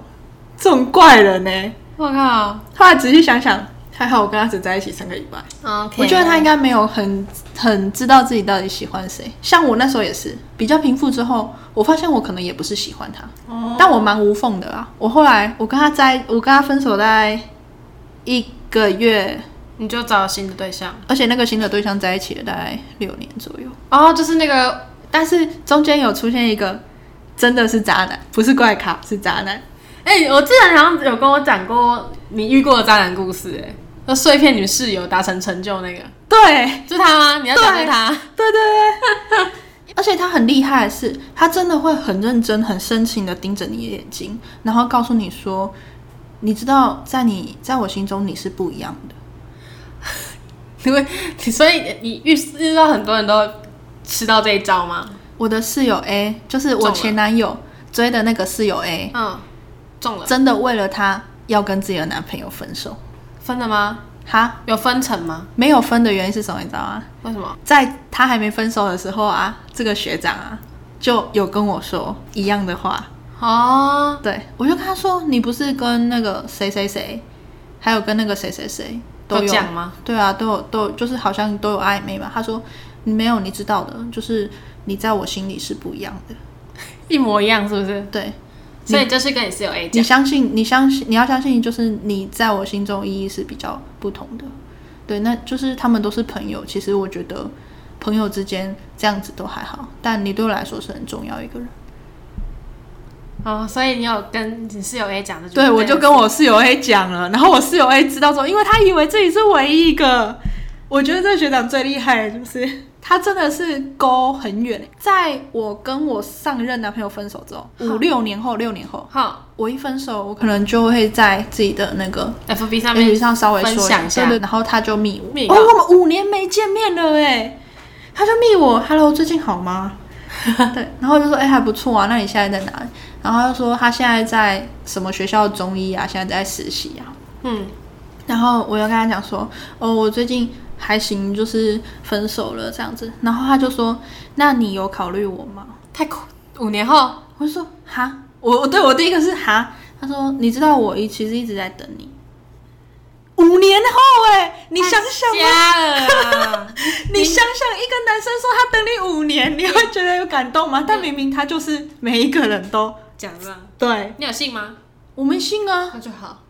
[SPEAKER 1] 这种怪人呢、
[SPEAKER 2] 我靠
[SPEAKER 1] 后来仔细想想，还好我跟他只在一起三个礼拜。
[SPEAKER 2] ，OK，
[SPEAKER 1] 我觉得他应该没有很很知道自己到底喜欢谁。像我那时候也是比较平复之后，我发现我可能也不是喜欢他，
[SPEAKER 2] 哦
[SPEAKER 1] 但我蛮无缝的啦。我后来我跟他在，我跟他分手大概一个月，
[SPEAKER 2] 你就找新的对象
[SPEAKER 1] 而且那个新的对象在一起了大概六年左右，
[SPEAKER 2] 哦，就是那个
[SPEAKER 1] 但是中间有出现一个真的是渣男，不是怪咖，是渣男。
[SPEAKER 2] 哎、我之前好像有跟我讲过你遇过的渣男故事、哎，那碎片女室友达成成就那个，
[SPEAKER 1] 对，
[SPEAKER 2] 是他吗？你要讲是他？
[SPEAKER 1] 对对对，而且他很厉害的是，他真的会很认真、很深情的盯着你的眼睛，然后告诉你说，你知道，在你在我心中你是不一样的。
[SPEAKER 2] 因为所以你遇遇到很多人都吃到这一招吗？
[SPEAKER 1] 我的室友 A 就是
[SPEAKER 2] 中
[SPEAKER 1] 我
[SPEAKER 2] 了
[SPEAKER 1] 前男友追的那个室友 A，
[SPEAKER 2] 嗯，中了，
[SPEAKER 1] 真的为了他要跟自己的男朋友分手。
[SPEAKER 2] 分了吗？
[SPEAKER 1] 哈，
[SPEAKER 2] 有分成吗？
[SPEAKER 1] 没有分的原因是什么？你知道吗？
[SPEAKER 2] 为什么？
[SPEAKER 1] 在他还没分手的时候啊，这个学长啊就有跟我说一样的话，
[SPEAKER 2] 哦，
[SPEAKER 1] 对，我就跟他说，你不是跟那个谁谁谁，还有跟那个谁谁谁都
[SPEAKER 2] 都
[SPEAKER 1] 有
[SPEAKER 2] 讲吗？
[SPEAKER 1] 对啊，都有都有就是好像都有暧昧嘛。他说没有，你知道的，就是你在我心里是不一样的。
[SPEAKER 2] 一模一样是不是？
[SPEAKER 1] 对
[SPEAKER 2] 所以你就是跟你室友 A
[SPEAKER 1] 你
[SPEAKER 2] 讲，
[SPEAKER 1] 相信，你相信，你要相信，就是你在我心中意义是比较不同的。对，那就是他们都是朋友。其实我觉得朋友之间这样子都还好，但你对我来说是很重要一个人。
[SPEAKER 2] 哦，所以你有跟你室友 A 讲的，
[SPEAKER 1] 对，我就跟我室友 A 讲了，然后我室友 A 知道之后，因为他以为自己是唯一一个。我觉得这学长最厉害的就是 他真的是勾很远。在我跟我上任男朋友分手之后，五六年后，六年后，
[SPEAKER 2] 好
[SPEAKER 1] 我一分手，我可能就会在自己的那个
[SPEAKER 2] FB 上
[SPEAKER 1] A
[SPEAKER 2] 面
[SPEAKER 1] P 上稍微说
[SPEAKER 2] 分享一下
[SPEAKER 1] 对对，然后他就密我，
[SPEAKER 2] 密
[SPEAKER 1] 哦，
[SPEAKER 2] 我
[SPEAKER 1] 我们五年没见面了哎，他就密我，Hello，最近好吗？ 对，然后我就说哎、还不错啊，那你现在在哪里？然后他就说他现在在什么学校中医啊，现在在实习啊。
[SPEAKER 2] 嗯，
[SPEAKER 1] 然后我又跟他讲说，哦，我最近还行，就是分手了这样子。然后他就说，那你有考虑我吗？
[SPEAKER 2] 太酷。五年后，
[SPEAKER 1] 我就说哈，我我对我第一个是哈，他说你知道我一其实一直在等你，五年后哎、你想想吗？
[SPEAKER 2] 瞎了，
[SPEAKER 1] 你想想，一个男生说他等你五年，你会觉得有感动吗？但明明他就是每一个人都
[SPEAKER 2] 讲这样，
[SPEAKER 1] 对
[SPEAKER 2] 你有信吗？
[SPEAKER 1] 我们信啊，
[SPEAKER 2] 那就好。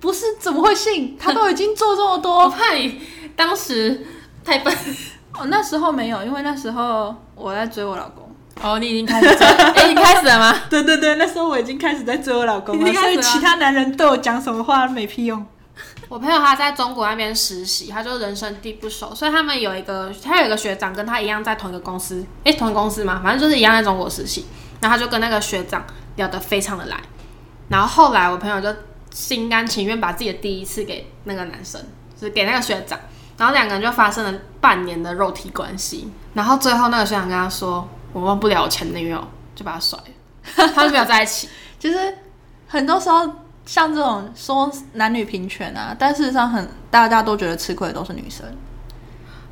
[SPEAKER 1] 不是怎么会信？ 他都已经做这么
[SPEAKER 2] 我
[SPEAKER 1] 多，
[SPEAKER 2] 怕你当时太笨。
[SPEAKER 1] 哦，那时候没有，因为那时候我在追我老公。
[SPEAKER 2] 哦，你已经开始追， 哎，你开始了吗？
[SPEAKER 1] 对对对，那时候我已经开始在追我老公
[SPEAKER 2] 已
[SPEAKER 1] 了，
[SPEAKER 2] 经
[SPEAKER 1] 所
[SPEAKER 2] 开始
[SPEAKER 1] 以
[SPEAKER 2] 了
[SPEAKER 1] 其他男人对我讲什么话没屁用。
[SPEAKER 2] 我朋友他在中国那边实习，他就人生地不熟，所以他们有一个他有一个学长跟他一样在同一个公司，诶、同一个公司嘛，反正就是一样在中国实习。然后他就跟那个学长聊得非常的来，然后后来我朋友就心甘情愿把自己的第一次给那个男生，就是给那个学长，然后两个人就发生了半年的肉体关系，然后最后那个学长跟他说：“我忘不了我前女友”，就把他甩了，他们没有在一起。
[SPEAKER 1] 就是很多时候像这种说男女平权啊，但事实上很大家都觉得吃亏的都是女生。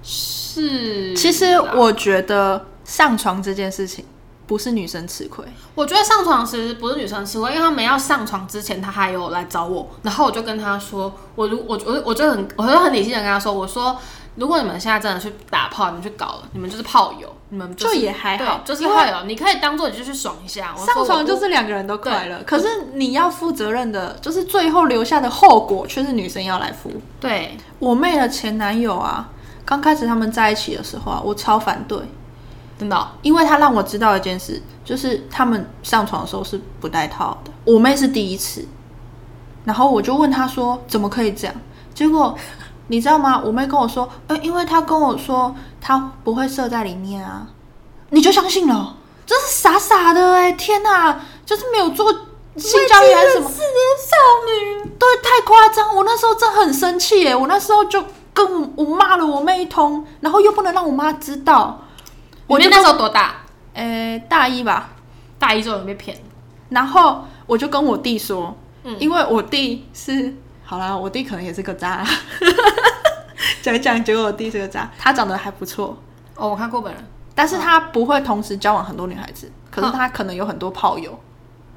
[SPEAKER 2] 是，
[SPEAKER 1] 其实我觉得上床这件事情不是女生吃亏，
[SPEAKER 2] 我觉得上床其实不是女生吃亏，因为他们要上床之前，他还有来找我，然后我就跟他说，我如我我我就很我就很理性的跟他说，我说如果你们现在真的去打炮，你们去搞了，你们嗯就是炮友，你们
[SPEAKER 1] 就是也还好
[SPEAKER 2] 对就
[SPEAKER 1] 因为
[SPEAKER 2] 是炮友，你可以当做你就去爽一下。我说
[SPEAKER 1] 上
[SPEAKER 2] 我
[SPEAKER 1] 床就
[SPEAKER 2] 我
[SPEAKER 1] 是两个人都快乐，可是你要负责任的，就是最后留下的后果却是女生要来负。
[SPEAKER 2] 对，
[SPEAKER 1] 我妹的前男友啊，刚开始他们在一起的时候啊，我超反对，
[SPEAKER 2] 真的哦、
[SPEAKER 1] 因为他让我知道一件事，就是他们上床的时候是不戴套的。我妹是第一次，然后我就问她说怎么可以这样？结果你知道吗？我妹跟我说，呃，因为她跟我说她不会射在里面啊，你就相信了，真是傻傻的哎、天哪、就是没有做性教育还是什么？
[SPEAKER 2] 是少女，
[SPEAKER 1] 对，太夸张！我那时候真的很生气耶，我那时候就跟我我骂了我妹一通，然后又不能让我妈知道。
[SPEAKER 2] 我
[SPEAKER 1] 我
[SPEAKER 2] 那
[SPEAKER 1] 就
[SPEAKER 2] 那时候多大？
[SPEAKER 1] 呃，大一吧，
[SPEAKER 2] 大一就有被骗，
[SPEAKER 1] 然后我就跟我弟说，
[SPEAKER 2] 嗯
[SPEAKER 1] 因为我弟是好啦，我弟可能也是个渣， 讲一讲，结果我弟是个渣，他长得还不错，
[SPEAKER 2] 哦，我看过本人，
[SPEAKER 1] 但是他不会同时交往很多女孩子，可是
[SPEAKER 2] 嗯
[SPEAKER 1] 他可能有很多炮友，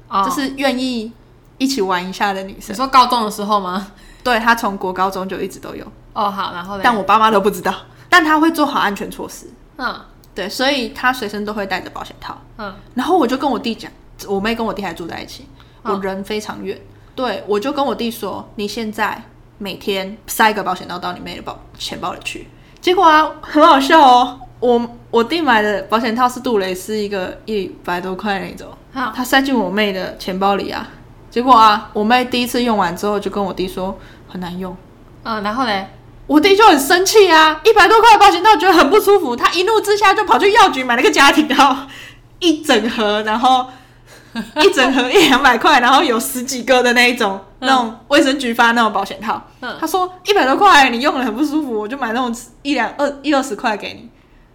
[SPEAKER 2] 哦，
[SPEAKER 1] 就是愿意一起玩一下的女
[SPEAKER 2] 你
[SPEAKER 1] 生。
[SPEAKER 2] 说高中的时候吗？
[SPEAKER 1] 对他从国高中就一直都有，
[SPEAKER 2] 哦，好，然后嘞，
[SPEAKER 1] 但我爸妈都不知道， 但他会做好安全措施，
[SPEAKER 2] 嗯
[SPEAKER 1] 对，所以他随身都会带着保险套。
[SPEAKER 2] 嗯，
[SPEAKER 1] 然后我就跟我弟讲，我妹跟我弟还住在一起，我人非常远。对，我就跟我弟说，你现在每天塞一个保险套到你妹的包钱包里去。结果啊，很好笑哦。我我弟买的保险套是杜蕾斯，一个一百多块那种，
[SPEAKER 2] 好，
[SPEAKER 1] 他塞进我妹的钱包里啊。结果啊，我妹第一次用完之后就跟我弟说很难用，
[SPEAKER 2] 嗯，然后嘞，
[SPEAKER 1] 我弟就很生气啊，一百多块的保险套觉得很不舒服，他一怒之下就跑去药局买了个家庭套， 一整盒，然后一整盒一两百块，然后有十几个的那一种，那种卫生局发那种保险套。
[SPEAKER 2] 嗯
[SPEAKER 1] 他说一百多块你用了很不舒服，我就买那种一两二一二十块给你。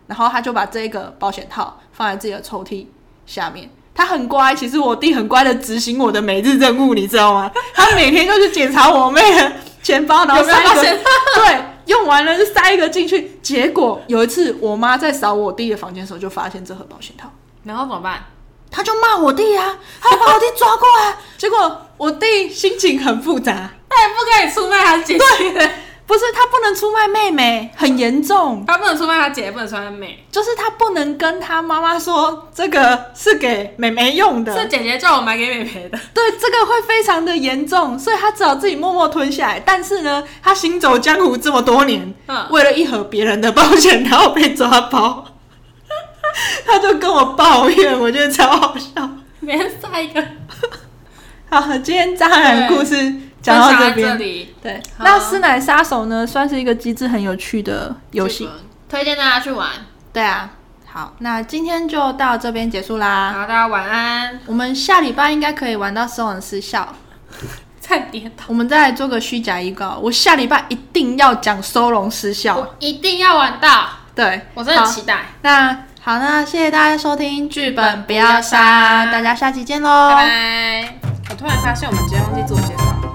[SPEAKER 1] 然后他就把这个保险套放在自己的抽屉下面。他很乖，其实我弟很乖的执行我的每日任务，你知道吗？他每天就去检查我妹的钱包，然后
[SPEAKER 2] 有没有
[SPEAKER 1] 塞一个
[SPEAKER 2] 保险
[SPEAKER 1] 对，用完了就塞一个进去。结果有一次，我妈在扫我弟的房间的时候，就发现这盒保险套。
[SPEAKER 2] 然后怎么办？
[SPEAKER 1] 他就骂我弟啊，他把我弟抓过来。 结果我弟心情很复杂，
[SPEAKER 2] 他也哎不可以出卖他姐姐，
[SPEAKER 1] 不是他不能出卖妹妹，很严重，
[SPEAKER 2] 他不能出卖他姐，也不能出卖妹。
[SPEAKER 1] 就是他不能跟他妈妈说这个是给妹妹用的，
[SPEAKER 2] 是姐姐叫我买给妹妹的，
[SPEAKER 1] 对，这个会非常的严重，所以他只好自己默默吞下来。但是呢，他行走江湖这么多年，
[SPEAKER 2] 嗯
[SPEAKER 1] 为了一盒别人的保险，然后被抓包， 他就跟我抱怨，我觉得超好笑。
[SPEAKER 2] 每人塞一个。
[SPEAKER 1] 好，今天渣男故事讲到这边。
[SPEAKER 2] 里，
[SPEAKER 1] 对，
[SPEAKER 2] 好
[SPEAKER 1] 那师奶杀手呢，算是一个机制很有趣的游戏。
[SPEAKER 2] 推荐大家去玩。
[SPEAKER 1] 对啊，好，那今天就到这边结束啦。
[SPEAKER 2] 好，啊大家晚安，
[SPEAKER 1] 我们下礼拜应该可以玩到收人失效。
[SPEAKER 2] 再跌倒。
[SPEAKER 1] 我们再来做个虚假预告，我下礼拜一定要讲收容失效。
[SPEAKER 2] 我一定要玩到，
[SPEAKER 1] 对，
[SPEAKER 2] 我真的很
[SPEAKER 1] 好
[SPEAKER 2] 期待。
[SPEAKER 1] 那好，那谢谢大家收听，剧本不
[SPEAKER 2] 不要
[SPEAKER 1] 要
[SPEAKER 2] 杀
[SPEAKER 1] 杀，大家下期见喽，
[SPEAKER 2] 拜拜。我突然发现我们今天忘记自我介绍。